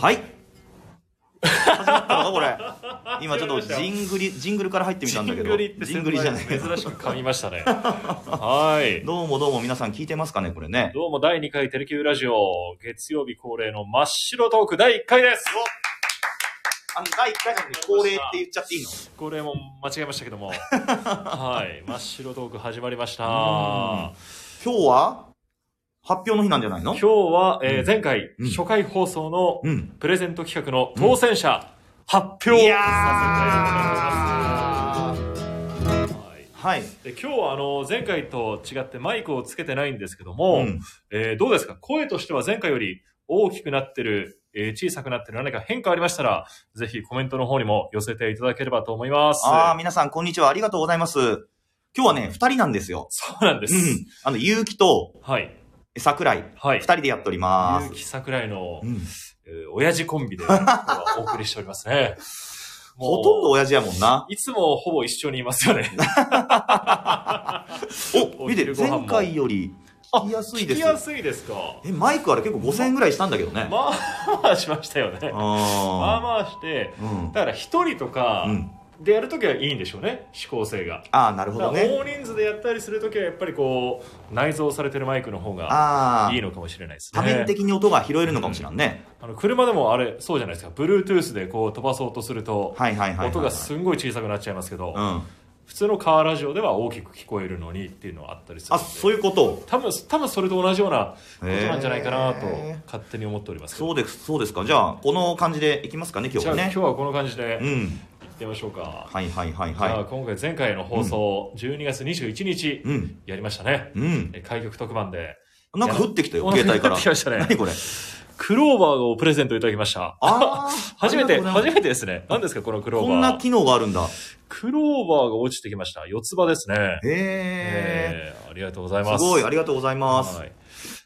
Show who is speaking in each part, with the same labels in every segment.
Speaker 1: はい始まったのかこれ今ちょっとジングリジングルから入ってみたんだけど
Speaker 2: ジングリって
Speaker 1: ジングリじゃない
Speaker 2: 珍しく噛みましたね。はい。
Speaker 1: どうもどうも皆さん聞いてますかねこれね
Speaker 2: どうも第2回テレキューラジオ、月曜日恒例の真っ白トーク第1回です
Speaker 1: あ第1回なのに恒例って言っちゃっていいの
Speaker 2: これも間違えましたけども。はい。真っ白トーク始まりました。今
Speaker 1: 今日は発表の日なんじゃないの
Speaker 2: 日は、えー
Speaker 1: うん
Speaker 2: 前回、
Speaker 1: うん
Speaker 2: 初回放送の
Speaker 1: うん
Speaker 2: プレゼント企画の当選者、発表をさせていただきます。はい
Speaker 1: はい、
Speaker 2: で今日はあの前回と違ってマイクをつけてないんですけども、
Speaker 1: うん
Speaker 2: えーどうですか声としては前回より大きくなってる、えー小さくなってる何か変化ありましたら、ぜひコメントの方にも寄せていただければと思います。
Speaker 1: ああ皆さんこんにちはありがとうございます今日はね2人なんですよ
Speaker 2: そうなんで
Speaker 1: う
Speaker 2: す。
Speaker 1: んあの結城と
Speaker 2: はい。
Speaker 1: 桜井
Speaker 2: はい
Speaker 1: 2。人でやっております
Speaker 2: ゆうき桜井の、
Speaker 1: うん
Speaker 2: えー親父コンビで今日はお送りしておりますね。もう
Speaker 1: ほとんど親父やもんない
Speaker 2: つもほぼ一緒にいますよね。
Speaker 1: お見て
Speaker 2: お昼ご飯も
Speaker 1: 前回より聞きやすい
Speaker 2: 聞
Speaker 1: です
Speaker 2: きやすいですか
Speaker 1: えマイクあれ結構5000円ぐらいしたんだけどね、
Speaker 2: まあまあしましたよね。まあ
Speaker 1: あ
Speaker 2: まあして、
Speaker 1: ーうん
Speaker 2: だから一人とか
Speaker 1: うん
Speaker 2: でやるときはいいんでしょうね、指向性が。
Speaker 1: ああなるほ
Speaker 2: だ
Speaker 1: ど
Speaker 2: から
Speaker 1: ね
Speaker 2: 大人数でやったりするときはやっぱりこう内蔵されてるマイクの方が
Speaker 1: ああ
Speaker 2: いいのかもしれないです
Speaker 1: 多面
Speaker 2: ね。
Speaker 1: 的に音が拾えるのかもしれんね、
Speaker 2: あの車でもあれそうじゃないですか。Bluetooth でこう飛ばそうとすると
Speaker 1: はいはいはいはい、はい、
Speaker 2: 音がすんごい小さくなっちゃいますけど
Speaker 1: う、ん
Speaker 2: 普通のカーラジオでは大きく聞こえるのにっていうのはあったりする
Speaker 1: あ
Speaker 2: んで。
Speaker 1: そういうこと
Speaker 2: 多分多分それと同じようなことなんじゃないかなと
Speaker 1: へー
Speaker 2: 勝手に思っておりますけど。
Speaker 1: そうですそうですかじゃあこの感じでいきますかね今日
Speaker 2: じゃあ
Speaker 1: は
Speaker 2: 今
Speaker 1: ね
Speaker 2: 日はこの感じ
Speaker 1: う
Speaker 2: で
Speaker 1: ん
Speaker 2: いってみましょうか。
Speaker 1: はいはいはい
Speaker 2: じゃあ
Speaker 1: は
Speaker 2: 今回前回の放送12月21日
Speaker 1: いうん
Speaker 2: やりましたね。
Speaker 1: うん
Speaker 2: え開局特番で。
Speaker 1: なんか降ってきたよ
Speaker 2: お腹
Speaker 1: 携帯から
Speaker 2: 鳴ってきましたね
Speaker 1: 何これ
Speaker 2: クローバーをプレゼントいただきました。
Speaker 1: あー
Speaker 2: 初め
Speaker 1: あ
Speaker 2: て、
Speaker 1: りがとうござ
Speaker 2: 初
Speaker 1: います
Speaker 2: めてですね。何ですか、このクロー
Speaker 1: こん
Speaker 2: バ
Speaker 1: な
Speaker 2: ー。
Speaker 1: 機能があるんだ
Speaker 2: クローバーが落ちてきました。四つ葉ですね。
Speaker 1: へえ
Speaker 2: えーありがとうございますす。
Speaker 1: ごいありがとうございます
Speaker 2: はい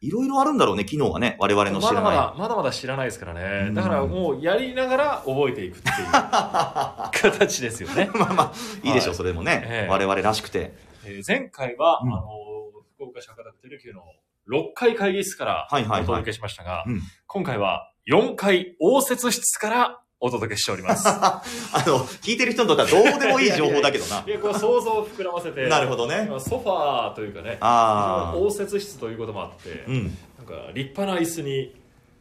Speaker 1: いろいろあるんだろうね機能がね我々の知
Speaker 2: まだ
Speaker 1: ら
Speaker 2: ま
Speaker 1: ない
Speaker 2: だ、まだまだ知らないですから
Speaker 1: う
Speaker 2: ね。
Speaker 1: ん
Speaker 2: だからもうやりながら覚えていくっていう 形ですよね。
Speaker 1: まあまあ、いいでしょ
Speaker 2: は
Speaker 1: う、
Speaker 2: い
Speaker 1: それも
Speaker 2: え
Speaker 1: ね
Speaker 2: え。
Speaker 1: 我々らしくて。
Speaker 2: えー前回は、
Speaker 1: うん
Speaker 2: あのー、福岡市博多区テレキューの6階会議室から
Speaker 1: はいはいはい
Speaker 2: お届けしましたが
Speaker 1: うん、
Speaker 2: 今回は4階応接室からお届けしております。
Speaker 1: あの、聞いてる人にとってはどうでもいい情報だけどな。
Speaker 2: いやこう想像を膨らませて
Speaker 1: なるほどね。
Speaker 2: 今ソファーというかね
Speaker 1: あ
Speaker 2: 応接室ということもあって、
Speaker 1: あ。うん。
Speaker 2: なんか立派な椅子に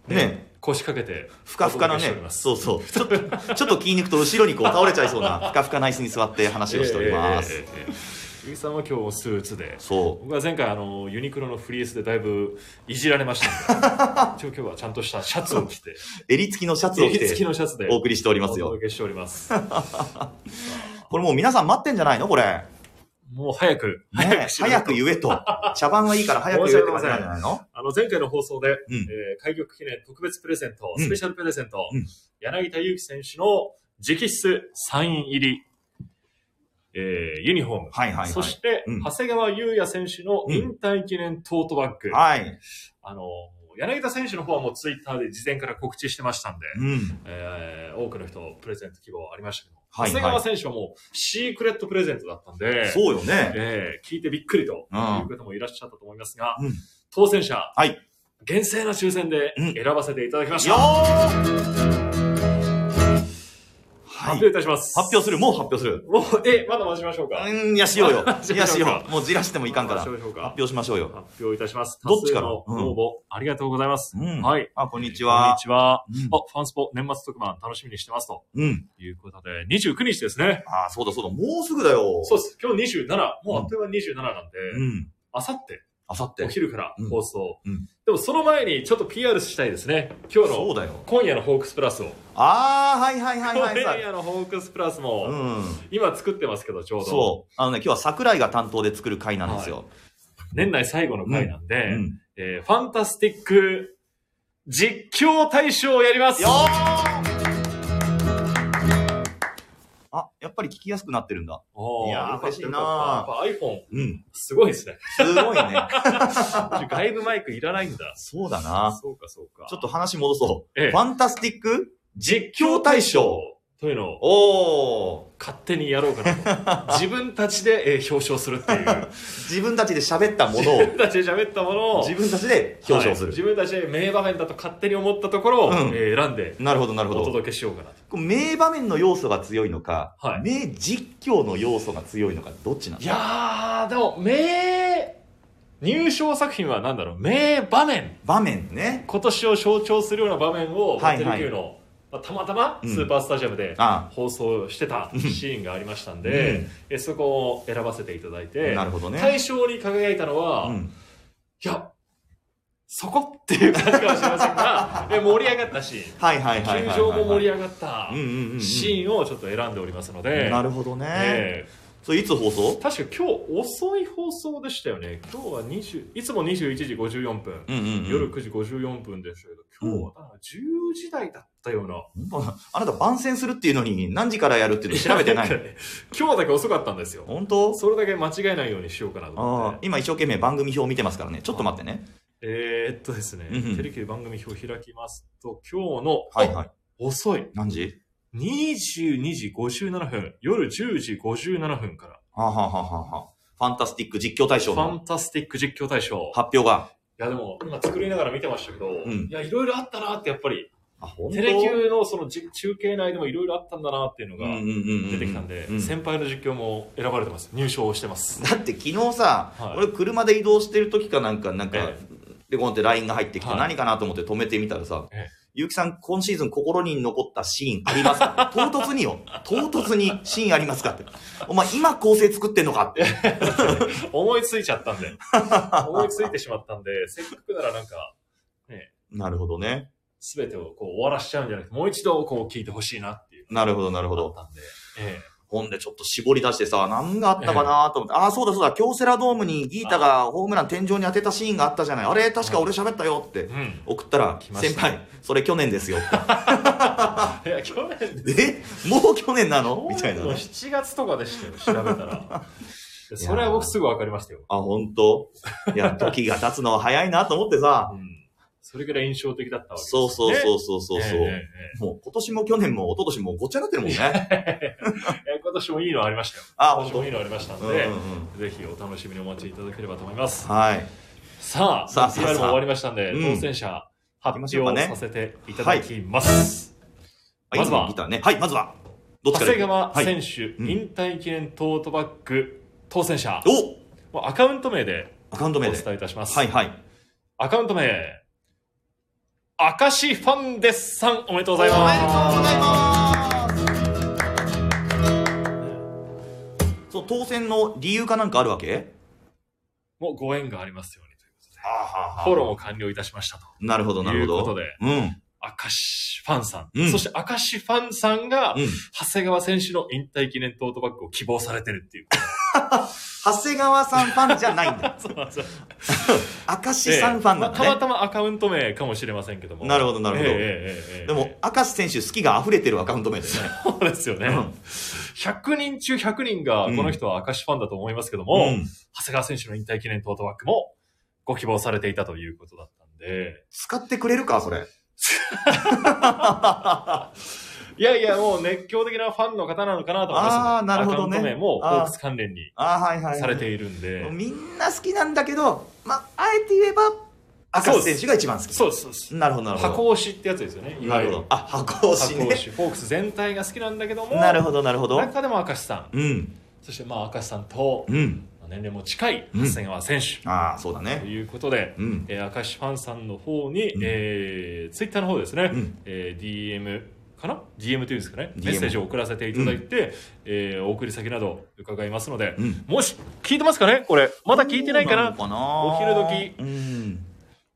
Speaker 2: ね
Speaker 1: ね
Speaker 2: 腰掛けて
Speaker 1: ふかふかな
Speaker 2: お届けしており
Speaker 1: ね。
Speaker 2: ます
Speaker 1: そうそう。ちょっと、ちょっと気抜くと後ろにこう倒れちゃいそうな、ふかふかな椅子に座って話をしておりま
Speaker 2: えええ
Speaker 1: す。
Speaker 2: えええゆうきさんは今日スーツで
Speaker 1: そ
Speaker 2: 僕は前回あのユニクロのフリースでだいぶいじられまし たので一応今日はちゃんとしたシャツを着て
Speaker 1: う。襟付きのシャツを着
Speaker 2: 襟付き
Speaker 1: て
Speaker 2: のシャツで
Speaker 1: お送りしております
Speaker 2: お
Speaker 1: よ。
Speaker 2: 届けしております
Speaker 1: これもう皆さん待ってんじゃないのこれ。
Speaker 2: もう早く
Speaker 1: ね
Speaker 2: しろよ
Speaker 1: 早く言えと。茶番はいいから早く言えって感じなんじゃないの
Speaker 2: あの前回の放送で、
Speaker 1: うん
Speaker 2: えー開局記念特別プレゼント、
Speaker 1: うん
Speaker 2: スペシャルプレゼント、
Speaker 1: うん
Speaker 2: 柳田悠岐選手の直筆サイン入り、えーユニフォーム、
Speaker 1: はいはい
Speaker 2: そ
Speaker 1: は
Speaker 2: して、
Speaker 1: うん
Speaker 2: 長谷川優也選手の引退記念トートバッグ、
Speaker 1: い。はい。
Speaker 2: あの柳田選手の方はもうツイッターで事前から告知してましたんで、
Speaker 1: うん。
Speaker 2: えー多くの人プレゼント希望ありましたけど、
Speaker 1: はいはい
Speaker 2: 長谷川選手はもうシークレットプレゼントだったんで、
Speaker 1: そうよね。
Speaker 2: えー聞いてびっくりという
Speaker 1: うん
Speaker 2: 方もいらっしゃったと思いますが、
Speaker 1: うん
Speaker 2: 当選者、
Speaker 1: はい
Speaker 2: 厳正な抽選で
Speaker 1: うん
Speaker 2: 選ばせていただきました。
Speaker 1: よー
Speaker 2: 発
Speaker 1: はい
Speaker 2: 表。いたします。
Speaker 1: 発表する、もう発表する。
Speaker 2: もう、え、まだ待ちましょうか。。
Speaker 1: うん、いや しようよ
Speaker 2: し
Speaker 1: い
Speaker 2: ま
Speaker 1: や
Speaker 2: しょうか
Speaker 1: しよう。もうじらしてもいかんから。
Speaker 2: 待
Speaker 1: 発
Speaker 2: ちましょうか
Speaker 1: 表しましょうよ。
Speaker 2: 発表いたします。
Speaker 1: どっちから
Speaker 2: 多数の応募、ありがとうございます。
Speaker 1: うん。
Speaker 2: はい。
Speaker 1: あ、こんにち
Speaker 2: こん
Speaker 1: は
Speaker 2: に。ちは。
Speaker 1: うん
Speaker 2: あ、ファンスポ年末特番楽しみにしてますと
Speaker 1: うん。
Speaker 2: いうことで、29日ですね。
Speaker 1: あ、そうだそうだ。もうすぐだよ。
Speaker 2: そうです。今日27、もうあっという間に27なんで、
Speaker 1: うん。
Speaker 2: あさって、
Speaker 1: あさって
Speaker 2: お。昼から放送。
Speaker 1: うんうん
Speaker 2: でもその前にちょっと PR したいですね。今日
Speaker 1: そ
Speaker 2: の
Speaker 1: うだよ。
Speaker 2: 今夜のホークスプラスを。
Speaker 1: あー、はいはいはいはい
Speaker 2: 今
Speaker 1: はい。
Speaker 2: 夜のホークスプラス
Speaker 1: う
Speaker 2: も、
Speaker 1: ん。
Speaker 2: 今作ってますけど、ちょうど。
Speaker 1: そう。あのね、今日は桜井が担当で作る会なんですよ。
Speaker 2: 年内最後の回なんで、
Speaker 1: うん。
Speaker 2: えーファンタスティック実況大賞をやります
Speaker 1: よーあ、やっぱり聞きやすくなってるんだ。
Speaker 2: おー
Speaker 1: いやー
Speaker 2: よかった
Speaker 1: 嬉しいなー
Speaker 2: よかったやっぱ iPhone、
Speaker 1: うん。
Speaker 2: すごいですね。
Speaker 1: すごい ね。
Speaker 2: 外部マイクいらないんだ。
Speaker 1: そうだな。
Speaker 2: そうか、そうか。
Speaker 1: ちょっと話戻そう。
Speaker 2: ええ
Speaker 1: ファンタスティック
Speaker 2: 実
Speaker 1: 況
Speaker 2: 況大
Speaker 1: 大
Speaker 2: 賞
Speaker 1: 賞
Speaker 2: というのを
Speaker 1: おー。
Speaker 2: 勝手にやろうかな と自分たちで、えー表彰するっていう
Speaker 1: 自分たちで喋ったもの
Speaker 2: 自
Speaker 1: を
Speaker 2: 分たちで喋ったものを
Speaker 1: 自分たちで表彰す
Speaker 2: はい
Speaker 1: る、
Speaker 2: 自分たちで名場面だと勝手に思ったところを、
Speaker 1: うん
Speaker 2: えー選んで
Speaker 1: なるほどなるほ
Speaker 2: お
Speaker 1: ど
Speaker 2: 届けしようかなと
Speaker 1: こう名場面の要素が強いのか、
Speaker 2: はい
Speaker 1: 名実況の要素が強いのかどっちなん
Speaker 2: い
Speaker 1: ですか
Speaker 2: やーでも名入賞作品は何だろう名場面
Speaker 1: 場面ね
Speaker 2: 今年を象徴するような場面を
Speaker 1: は
Speaker 2: テ
Speaker 1: い
Speaker 2: レ
Speaker 1: はい
Speaker 2: ビの、まあ、たまたま
Speaker 1: うん
Speaker 2: スーパースタジアムで
Speaker 1: あ
Speaker 2: 放送してたシーンがありましたんで、
Speaker 1: うん
Speaker 2: えそこを選ばせていただいて
Speaker 1: なるほどね
Speaker 2: 大賞に輝いたのは、
Speaker 1: う
Speaker 2: い
Speaker 1: ん、
Speaker 2: やそこっていう感じかもしれません がえ盛り上がったシーン
Speaker 1: はいはいはいはいはい、はい、
Speaker 2: 球場も盛り上がった
Speaker 1: うんうんうんうん
Speaker 2: シーンをちょっと選んでおりますので、
Speaker 1: なるほどね、
Speaker 2: ええ
Speaker 1: それいつ放送
Speaker 2: 確か今日遅い放送でしたよね今日は20いつも21時54分、
Speaker 1: うんうん、うん、
Speaker 2: 夜9時54分でしたけど今日はなんか10時台だったような、
Speaker 1: あなた番宣するっていうのに何時からやるっていうの調べてない
Speaker 2: んかね 今日だけ遅かったんですよ
Speaker 1: 本当
Speaker 2: それだけ間違えないようにしようかなと思
Speaker 1: あ
Speaker 2: っ
Speaker 1: あ
Speaker 2: て
Speaker 1: 今一生懸命番組表を見てますからねちょっと待ってね
Speaker 2: えーっとですね、
Speaker 1: うんうん
Speaker 2: テレビ番組表開きますと今日の、
Speaker 1: はいはい
Speaker 2: 遅い
Speaker 1: 何時
Speaker 2: 22時57分夜10時57分から
Speaker 1: はあ、はあはあはあはあ、ファンタスティック実況大賞
Speaker 2: ファ
Speaker 1: の
Speaker 2: ンタスティック実況大賞
Speaker 1: 発表が
Speaker 2: いやでも今作りながら見てましたけど、
Speaker 1: ん
Speaker 2: いやいろいろあったなってやっぱり
Speaker 1: あ本
Speaker 2: テレキューのそのじ中継内でもいろいろあったんだなっていうのが出
Speaker 1: 出
Speaker 2: てきたんで、
Speaker 1: うう
Speaker 2: 先輩の実況も選ばれてます入賞してます
Speaker 1: だって昨日さ、
Speaker 2: はい
Speaker 1: 俺車で移動してる時かなんかなんか、
Speaker 2: え
Speaker 1: でこんって LINE が入ってきて、
Speaker 2: はい
Speaker 1: 何かなと思って止めてみたらさ、
Speaker 2: ええ
Speaker 1: ゆうきさん今シーズン心に残ったシーンありますか 唐突によ唐突にシーンありますかってお前今構成作ってんのかって
Speaker 2: 思いついちゃったん で思いついてしまったんでせっかくならなんか
Speaker 1: なるほどね
Speaker 2: 全てをこう終わらしちゃうんじゃなくてもう一度こう聞いてほしいなっていう
Speaker 1: なるほどなるほ
Speaker 2: の
Speaker 1: ど
Speaker 2: があったんで、え
Speaker 1: ほんでちょっと絞り出してさ、何があったかなと思って、ああ、そうだそうだ、京セラドームにギータがホームラン天井に当てたシーンがあったじゃない。あれ、確か俺喋ったよって
Speaker 2: えうん
Speaker 1: 送ったら、
Speaker 2: 来まし
Speaker 1: 先
Speaker 2: た
Speaker 1: 輩、それ去年です よ。
Speaker 2: いや去年で
Speaker 1: えもう去年なのみたいな
Speaker 2: 去年の。7月とかでしたよ調べ たらいやそれは僕すぐ分かりましたよ、
Speaker 1: あ、本当い や、時が経つのは早いなと思ってさ
Speaker 2: う、ん、それぐらい印象的だったわけですよ
Speaker 1: そう
Speaker 2: ね
Speaker 1: そうそうそうそうそう。
Speaker 2: えええ
Speaker 1: もう今年も去年も一昨年もごっちゃになってるもん ね。
Speaker 2: えええ今年もいいのありましたよ。
Speaker 1: あ
Speaker 2: 今年もいいのありましたんで
Speaker 1: うんうん、
Speaker 2: ぜひお楽しみにお待ちいただければと思います。
Speaker 1: はい。
Speaker 2: さあ、
Speaker 1: さあ
Speaker 2: PR も
Speaker 1: さあ
Speaker 2: 終わりましたんで、
Speaker 1: うん
Speaker 2: 当選者
Speaker 1: き
Speaker 2: 発
Speaker 1: ましょうかね
Speaker 2: 表させていただきます。
Speaker 1: あ
Speaker 2: まずは
Speaker 1: 今のギターね。はい、まずは。どっちから
Speaker 2: 長谷
Speaker 1: 行く
Speaker 2: 川
Speaker 1: はい
Speaker 2: 選手、
Speaker 1: うん
Speaker 2: 引退記念トートバッグ当選者、
Speaker 1: お
Speaker 2: もうアカウント名で
Speaker 1: アカウント
Speaker 2: お
Speaker 1: 名
Speaker 2: 伝
Speaker 1: で。
Speaker 2: えいたします。
Speaker 1: はいはい。
Speaker 2: アカウント名、明石ファンデッサンおめでとうござい
Speaker 1: お
Speaker 2: ま
Speaker 1: め
Speaker 2: す
Speaker 1: でとうございますそう当選の理由かなんかあるわけ。
Speaker 2: もうご縁がありますようにということで、フ
Speaker 1: フ
Speaker 2: ォローも完了いたしましたと
Speaker 1: なるほどな
Speaker 2: いう
Speaker 1: る
Speaker 2: こ
Speaker 1: ほ
Speaker 2: と
Speaker 1: ど
Speaker 2: で、
Speaker 1: うん
Speaker 2: 明石ファンさん、
Speaker 1: うん
Speaker 2: そして明石ファンさんが、
Speaker 1: うん
Speaker 2: 長谷川選手の引退記念トートバッグを希望されて るっていう。
Speaker 1: 長谷川さんファンじゃないん だ
Speaker 2: そうなんですよ
Speaker 1: 明石さんファンなん
Speaker 2: ええまあ
Speaker 1: だ
Speaker 2: たま
Speaker 1: ね、
Speaker 2: たまアカウント名かもしれませんけども。
Speaker 1: なるほどなるほど
Speaker 2: ええええええ
Speaker 1: でも明石選手好きが溢れてるアカウント名ですね
Speaker 2: そうですよね。
Speaker 1: うん
Speaker 2: 100人中100人が、この人は明石ファンだと思いますけども、
Speaker 1: うん
Speaker 2: 長谷川選手の引退記念トートバッグもご希望されていたということだったんで、
Speaker 1: 使ってくれるかそれ
Speaker 2: いやいや、もう熱狂的なファンの方なのかなと思います、
Speaker 1: あーなるほどね
Speaker 2: アカウント名も、
Speaker 1: あー
Speaker 2: ホークス関連に
Speaker 1: あはいはい、はい、
Speaker 2: されているんで。
Speaker 1: みんな好きなんだけどまああえて言えば明石選手が一番好き
Speaker 2: そうですそうです。
Speaker 1: なるほどなるほど
Speaker 2: 箱推しってやつですよね。
Speaker 1: なるほ
Speaker 2: いわ
Speaker 1: どあ箱推
Speaker 2: ゆ
Speaker 1: し
Speaker 2: る箱推
Speaker 1: ね
Speaker 2: し。フォークス全体が好きなんだけども、
Speaker 1: なるほどなるほど
Speaker 2: 中でも明石さん、
Speaker 1: うん
Speaker 2: そしてまあ明石さんと
Speaker 1: うん
Speaker 2: 年齢も近い
Speaker 1: うん
Speaker 2: 長谷川選手
Speaker 1: ああそうだ
Speaker 2: と
Speaker 1: ね
Speaker 2: いうことで、
Speaker 1: うん
Speaker 2: えー明石ファンさんの方に、
Speaker 1: ん
Speaker 2: えー、ツイッターの方ですね、
Speaker 1: うん
Speaker 2: えー DM かな ?DM というんですかね、
Speaker 1: DM
Speaker 2: メッセージを送らせていただいて、えーお送り先など伺いますので、
Speaker 1: うん
Speaker 2: もし聞いてますかねこれ、まだ聞いてないかな
Speaker 1: そうのお
Speaker 2: お昼時
Speaker 1: うん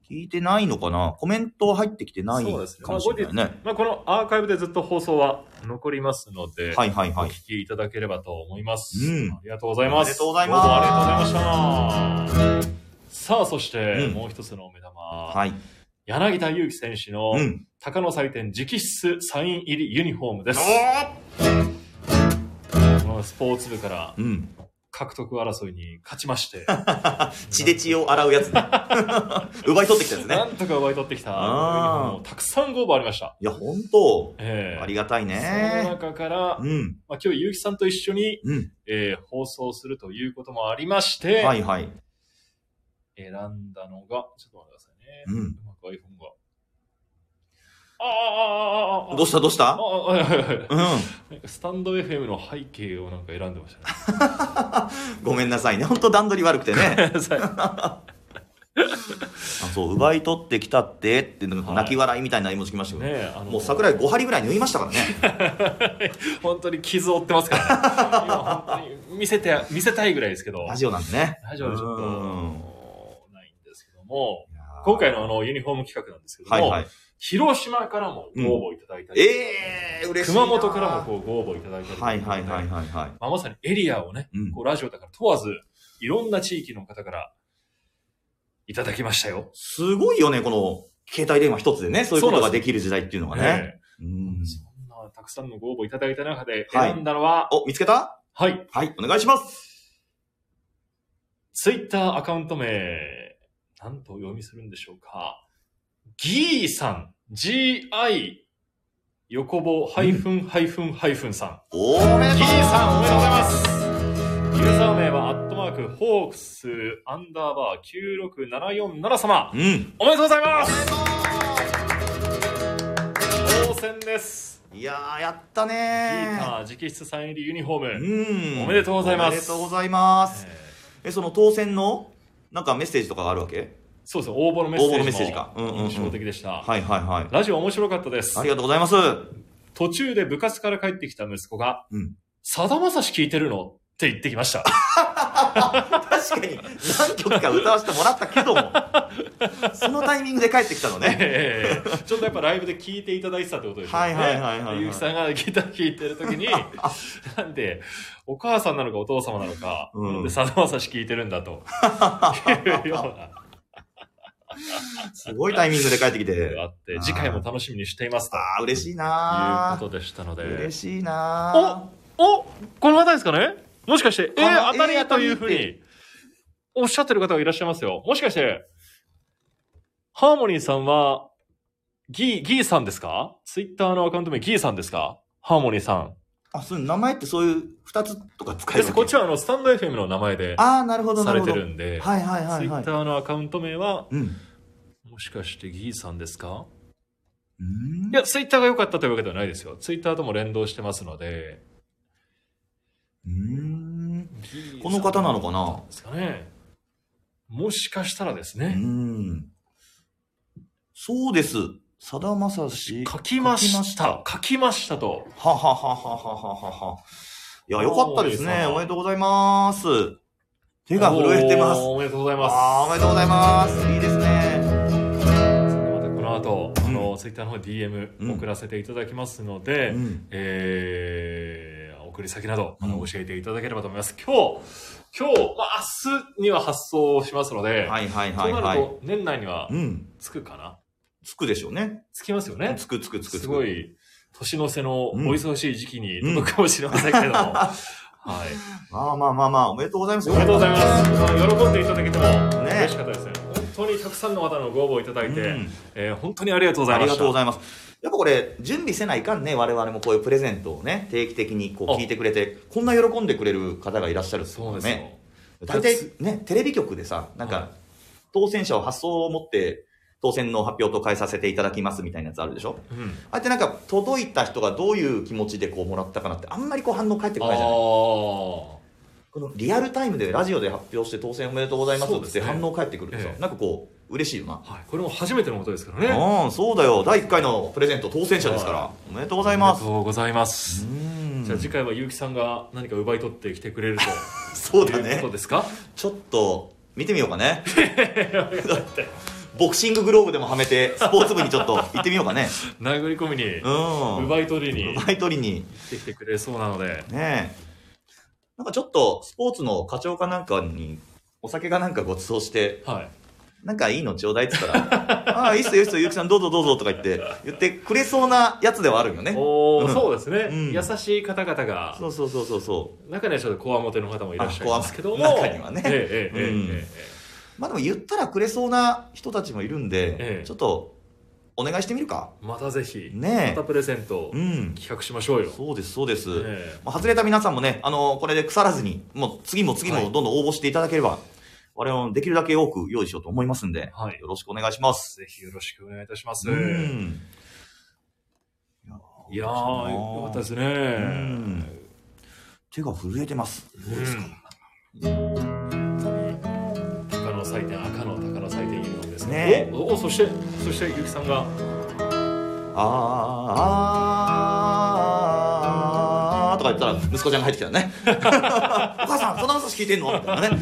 Speaker 1: 聞いてないのかなコメント入ってきてない
Speaker 2: そうですね
Speaker 1: かもしれないね
Speaker 2: まあ、このアーカイブでずっと放送は残りますので、
Speaker 1: はいはいはい
Speaker 2: お聞きいただければと思います。
Speaker 1: うん
Speaker 2: ありがとうございます。
Speaker 1: ありがとうございます
Speaker 2: どうもありがとうございました。さあ、そして、
Speaker 1: うん
Speaker 2: もう一つのお目玉、
Speaker 1: はい
Speaker 2: 柳田悠岐選手の
Speaker 1: うん
Speaker 2: 高野祭典直筆サイン入りユニフォームです。
Speaker 1: お
Speaker 2: このスポーツ部から
Speaker 1: ーうん
Speaker 2: 各獲得争いに勝ち まして、
Speaker 1: 血で血を洗うやつ ね。奪い取ってきたやつね
Speaker 2: な。んとか奪い取ってきたユニフォーム
Speaker 1: あー
Speaker 2: をたくさんご応募ありました。
Speaker 1: いや、本当
Speaker 2: ええ
Speaker 1: ありがたい
Speaker 2: その
Speaker 1: ね。
Speaker 2: 中から、
Speaker 1: うん、
Speaker 2: まあ、今日、ゆうきさんと一緒に、
Speaker 1: うん。
Speaker 2: えー放送するということもありまして、
Speaker 1: はいはい。
Speaker 2: 選んだのが、ちょっと待ってくださいね。
Speaker 1: うん。
Speaker 2: うまく iPhone が。ああああああああ
Speaker 1: どうしたどうし
Speaker 2: あ
Speaker 1: た
Speaker 2: ああああ
Speaker 1: うん。
Speaker 2: なんかスタンド FM の背景をなんか選んでましたね。
Speaker 1: ごめんなさいね。本当段取り悪くて ね。 あそう、奪い取ってきたって、って、なんか泣き笑いみたいな絵文字来ましたけど。
Speaker 2: ねえあの
Speaker 1: もう桜井5針ぐらい縫いました からね。
Speaker 2: 本当に傷を負ってま すから、ね、今本当に見せて見せたいぐらいですけど
Speaker 1: ラジオなんでね。
Speaker 2: ラジオはちょっとあ
Speaker 1: うん
Speaker 2: のないんですけども今回のあのユニフォーム企画なんですけど
Speaker 1: はい
Speaker 2: も、
Speaker 1: はい。
Speaker 2: 広島からもご応募いただいたり、
Speaker 1: ええー、嬉しいな。
Speaker 2: 熊本からもこうご応募いただいたりとか
Speaker 1: は
Speaker 2: ね、
Speaker 1: いはいはいはいはい。
Speaker 2: まあ、まさにエリアをね
Speaker 1: うん
Speaker 2: こうラジオだから問わずいろんな地域の方からいただきましたよ。
Speaker 1: すごいよね、この携帯電話一つでね、そういうことができる時代っていうのが
Speaker 2: え
Speaker 1: ね。
Speaker 2: え
Speaker 1: うん
Speaker 2: そんなたくさんのご応募いただいた中で
Speaker 1: はい
Speaker 2: 選んだのは、
Speaker 1: お、見つけた
Speaker 2: はい、
Speaker 1: はい、お願いします。
Speaker 2: ツイッターアカウント名、なんとお読みするんでしょうか。ギーさん、GI 横棒ハイフンハイフンハイフンさん。
Speaker 1: おめでとう
Speaker 2: ギーさん、おめでとうございます。ユーザー名は、アットマーク、ホークス、アンダーバー、96747様。
Speaker 1: うん。
Speaker 2: おめでとうございます当選です。
Speaker 1: いやー、やった
Speaker 2: ギ
Speaker 1: ね
Speaker 2: ーター直筆サイン入りユニフォーム。
Speaker 1: ー。うん。
Speaker 2: おめでとうございます
Speaker 1: おめでとうございます。
Speaker 2: えー
Speaker 1: え、その当選の、なんかメッセージとかがあるわけ
Speaker 2: そうですね、応募のメッセージも。
Speaker 1: 応募のメッセージかうんうんうん
Speaker 2: 印象的でした。
Speaker 1: はいはいはい。
Speaker 2: ラジオ面白かったです
Speaker 1: あ。りがとうございます。
Speaker 2: 途中で部活から帰ってきた息子が、
Speaker 1: うん
Speaker 2: さだまさし聞いてるのって言ってきま した。
Speaker 1: 確かに、何曲か歌わせてもらったけども、そのタイミングで帰ってきたのね。
Speaker 2: ええちょっとやっぱライブで聞いていただいてたってことでしょうね。
Speaker 1: はいはいはいはいはい
Speaker 2: ゆうきさんがギター弾いてる時 に、なんで、お母さんなのかお父様なのか、
Speaker 1: うん
Speaker 2: なんでさだまさし聞いてる んだと。いうよ
Speaker 1: すごいタイミングで帰ってき
Speaker 2: うなのが
Speaker 1: て。
Speaker 2: あって、次回も楽しみにしていますと。
Speaker 1: あー、嬉しい
Speaker 2: いう
Speaker 1: な
Speaker 2: ことでした
Speaker 1: ー。
Speaker 2: ので
Speaker 1: 嬉。しいな
Speaker 2: おこの方ですかねもしかして、え
Speaker 1: あ
Speaker 2: ー、
Speaker 1: の
Speaker 2: 当たりやというふう
Speaker 1: え
Speaker 2: に、おっしゃってる方がいらっしゃいますよ。もしかして、ハーモニーさんは、ギー、ギーさんですかツイッターのアカウント名、ギーさんですかハーモニーさん。
Speaker 1: ー。あ、そういう名前ってそういう二つとか使え
Speaker 2: で
Speaker 1: る
Speaker 2: す。
Speaker 1: わ
Speaker 2: こっ
Speaker 1: け
Speaker 2: ちは、あの、スタンド FM の名前で、
Speaker 1: あー、なるほどな
Speaker 2: さ
Speaker 1: る
Speaker 2: れ
Speaker 1: ほ
Speaker 2: て
Speaker 1: ど。
Speaker 2: るんで、ツイ
Speaker 1: はいはいはいは
Speaker 2: ッ
Speaker 1: い
Speaker 2: タ。ーのアカウント名は、
Speaker 1: うん。
Speaker 2: もしかしてギーさんですか
Speaker 1: うん
Speaker 2: いや、ツイッターが良かったというわけではないですよ。ツイッターとも連動してますので、
Speaker 1: うん。
Speaker 2: ギーさん
Speaker 1: この方なのかな
Speaker 2: ですかね。もしかしたらですね、
Speaker 1: うん。そうです。さだまさし。
Speaker 2: 書きま
Speaker 1: 書きま
Speaker 2: し
Speaker 1: したた。
Speaker 2: 書きましたと。
Speaker 1: はははははははは。いや、よかったですね。
Speaker 2: おー
Speaker 1: おめでとうございます。手が震えてます。
Speaker 2: おーおめでとうございます。
Speaker 1: あーおめでとうございます。いいですね。
Speaker 2: またこの後、
Speaker 1: うん
Speaker 2: あの、ツイッターの方に DM
Speaker 1: うん
Speaker 2: 送らせていただきますので、
Speaker 1: うん。
Speaker 2: えー、送り先など、ま
Speaker 1: うん
Speaker 2: た教えていただければと思います。今日、今日、まあ、明日には発送しますので、
Speaker 1: はいはい
Speaker 2: と
Speaker 1: はい
Speaker 2: なると、
Speaker 1: はい。
Speaker 2: 年内には
Speaker 1: うん。
Speaker 2: つくかな
Speaker 1: つくでしょうね。
Speaker 2: つきますよね
Speaker 1: つくつくつくつく。
Speaker 2: すご。い、年の瀬のお
Speaker 1: うん
Speaker 2: 忙しい時期に届くかもしれませんけれ ども、はい。
Speaker 1: まあまあまあまあ、おめでとうございます。
Speaker 2: おめでとうございます。喜んでいただけても
Speaker 1: ね
Speaker 2: 嬉しかったですね。本当にたくさんの方のご応募いただいて、
Speaker 1: うん
Speaker 2: えー本当にありがとうござ
Speaker 1: あ
Speaker 2: いま
Speaker 1: り
Speaker 2: した。
Speaker 1: がとうございます。やっぱこれ、準備せないかんね、我々もこういうプレゼントをね、定期的にこう
Speaker 2: あ
Speaker 1: 聞いてくれて、こんな喜んでくれる方がいらっしゃるってい
Speaker 2: そう
Speaker 1: の
Speaker 2: で
Speaker 1: は
Speaker 2: すよ。
Speaker 1: ね。大体ね、テレビ局でさ、なん
Speaker 2: はい
Speaker 1: か、当選者を発送を持って、当選の発表と変えさせていただきますみたいなやつあるでしょ
Speaker 2: うん。
Speaker 1: あれってなんか、届いた人がどういう気持ちでこうもらったかなって、あんまりこう反応返ってこ
Speaker 2: あ
Speaker 1: ないじゃない
Speaker 2: あ。
Speaker 1: このリアルタイムでラジオで発表して当選おめでとうございます
Speaker 2: そう
Speaker 1: っ
Speaker 2: です
Speaker 1: て
Speaker 2: ね
Speaker 1: 反応返ってくるとさ、
Speaker 2: ええ
Speaker 1: なんかこう、嬉しいよな。
Speaker 2: はい。これも初めてのことですからね。あり
Speaker 1: うん、そうだよ。第1回のプレゼント当選者ですから
Speaker 2: は、
Speaker 1: おめでとうございます
Speaker 2: が。とうございます。
Speaker 1: うん
Speaker 2: じゃあ次回は結城さんが何か奪い取ってきてくれると
Speaker 1: そうだ
Speaker 2: いう
Speaker 1: ね
Speaker 2: こと。ですか
Speaker 1: ちょっと、見てみようか ね。ボクシンググローブでもはめて、スポーツ部にちょっと行ってみようかね。
Speaker 2: 殴り込みに、
Speaker 1: うん。
Speaker 2: 奪い取りに行っ
Speaker 1: 奪い取りに。
Speaker 2: てきてくれそうなので、
Speaker 1: ねえ。なんかちょっと、スポーツの課長かなんかに、お酒かなんかご馳走して、
Speaker 2: はい。
Speaker 1: なんかいいのちょうだいって言ったら、 ああ、いいっすよ、いいっすよ、ゆうきさんどうぞどうぞとか言って、言ってくれそうなやつではあるよね。
Speaker 2: おお、
Speaker 1: うん
Speaker 2: そうですね、
Speaker 1: うん
Speaker 2: 優しい方々が
Speaker 1: そうそうそうそうそう。
Speaker 2: 中にはちょっとこわもての方もいらっしゃいますけども
Speaker 1: あこわもて中にはね
Speaker 2: ええええええ
Speaker 1: うん
Speaker 2: え
Speaker 1: まあでも言ったらくれそうな人たちもいるんで、
Speaker 2: ええ
Speaker 1: ちょっとお願いしてみるか。
Speaker 2: えまたぜひ、
Speaker 1: ねえ
Speaker 2: またプレゼントを
Speaker 1: うん。
Speaker 2: 企画しましょうよ、
Speaker 1: そうです、そうです。
Speaker 2: ええ
Speaker 1: まあ、外れた皆さんもね、あのこれで腐らずに、もう次も次もどんどん応募していただければ、我々もできるだけ多く用意しようと思いますんで、
Speaker 2: はい
Speaker 1: よろしくお願いします。
Speaker 2: ぜひよろしくお願いいたします、
Speaker 1: うん。
Speaker 2: いやーよかったですね、
Speaker 1: ん手が震えてます。どうですか、
Speaker 2: 高の祭典赤の高の祭典ユニフォームです
Speaker 1: ね
Speaker 2: ねおおそしてそしてゆきさんが
Speaker 1: あーあーあーあーとか言ったら息子ちゃんが入ってきたよ ねお母さんそんな話聞いてんのみたいなね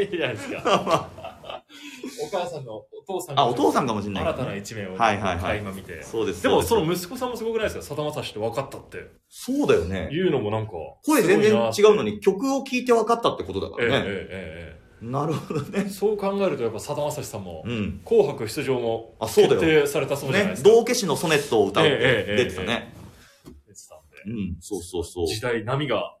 Speaker 2: いいじゃないですかお母さんのお父さんが
Speaker 1: あお父さんかもしれないけ
Speaker 2: 新
Speaker 1: ど
Speaker 2: たな
Speaker 1: ね
Speaker 2: 一面を、
Speaker 1: はいはいはい
Speaker 2: 今見て
Speaker 1: そうです
Speaker 2: でもそ
Speaker 1: の
Speaker 2: の息子さんもすごくないですかさだまさしって分かったって
Speaker 1: そうだよね
Speaker 2: いうのもなんか
Speaker 1: 声全然違うの
Speaker 2: に、
Speaker 1: に曲を聴いて分かったってことだか
Speaker 2: えええ
Speaker 1: らね、
Speaker 2: ええ
Speaker 1: なるほどね
Speaker 2: えそう考えるとやっぱさだまさしさんも、
Speaker 1: うん
Speaker 2: 紅白出場も
Speaker 1: あそうだ
Speaker 2: 決
Speaker 1: よ
Speaker 2: 定されたそうじゃない
Speaker 1: ね
Speaker 2: ですか、
Speaker 1: 道化師のソネットを歌うっ
Speaker 2: え
Speaker 1: て
Speaker 2: えええ
Speaker 1: 出てたね、
Speaker 2: 出てたんで
Speaker 1: うんそうそうそう
Speaker 2: 時代波が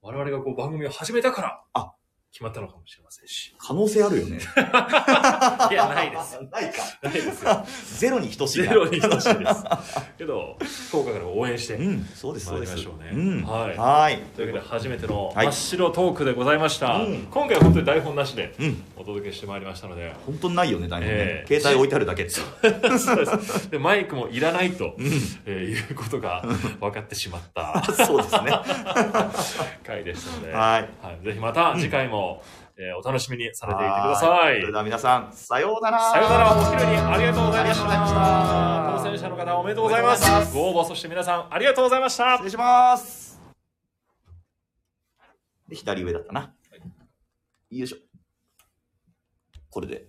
Speaker 2: 我々がこう番組を始めたから
Speaker 1: あ
Speaker 2: 決まったのかもしれませんし
Speaker 1: 可能性あるよね
Speaker 2: いやないです
Speaker 1: ないか
Speaker 2: ないで すよ
Speaker 1: ゼロに等しい
Speaker 2: ゼ
Speaker 1: な
Speaker 2: ロに等し いですけど福岡からも応援して
Speaker 1: うんそうですそう
Speaker 2: 参り
Speaker 1: で
Speaker 2: ますしょうね、
Speaker 1: ん
Speaker 2: はい
Speaker 1: はい
Speaker 2: というわけで初めての
Speaker 1: はい
Speaker 2: 真っ白トークでございました、
Speaker 1: うん
Speaker 2: 今回は本当に台本なしで
Speaker 1: うん
Speaker 2: お届けしてまいりましたの で
Speaker 1: 本当にないよね、台本ね。
Speaker 2: ええ
Speaker 1: 携帯置いてあるだけって。
Speaker 2: そうですでマイクもいらないと、
Speaker 1: うん
Speaker 2: えーいうことが分かってしまった
Speaker 1: そうです ね。
Speaker 2: 回でした ので、
Speaker 1: はい。
Speaker 2: はい、ぜひまた次回も、えーお楽しみにされていてくださ
Speaker 1: はいそれでは皆さん、さようなら。
Speaker 2: さようなら、お昼にありがとうございました。
Speaker 1: ありがとうございま
Speaker 2: 当
Speaker 1: し
Speaker 2: 選
Speaker 1: た
Speaker 2: 者の方、おめでとうございます
Speaker 1: おめでとうございます。
Speaker 2: ご応募、そして皆さん、ありがとうございました
Speaker 1: 失。礼します。で、左上だったな。よいしょ。これで。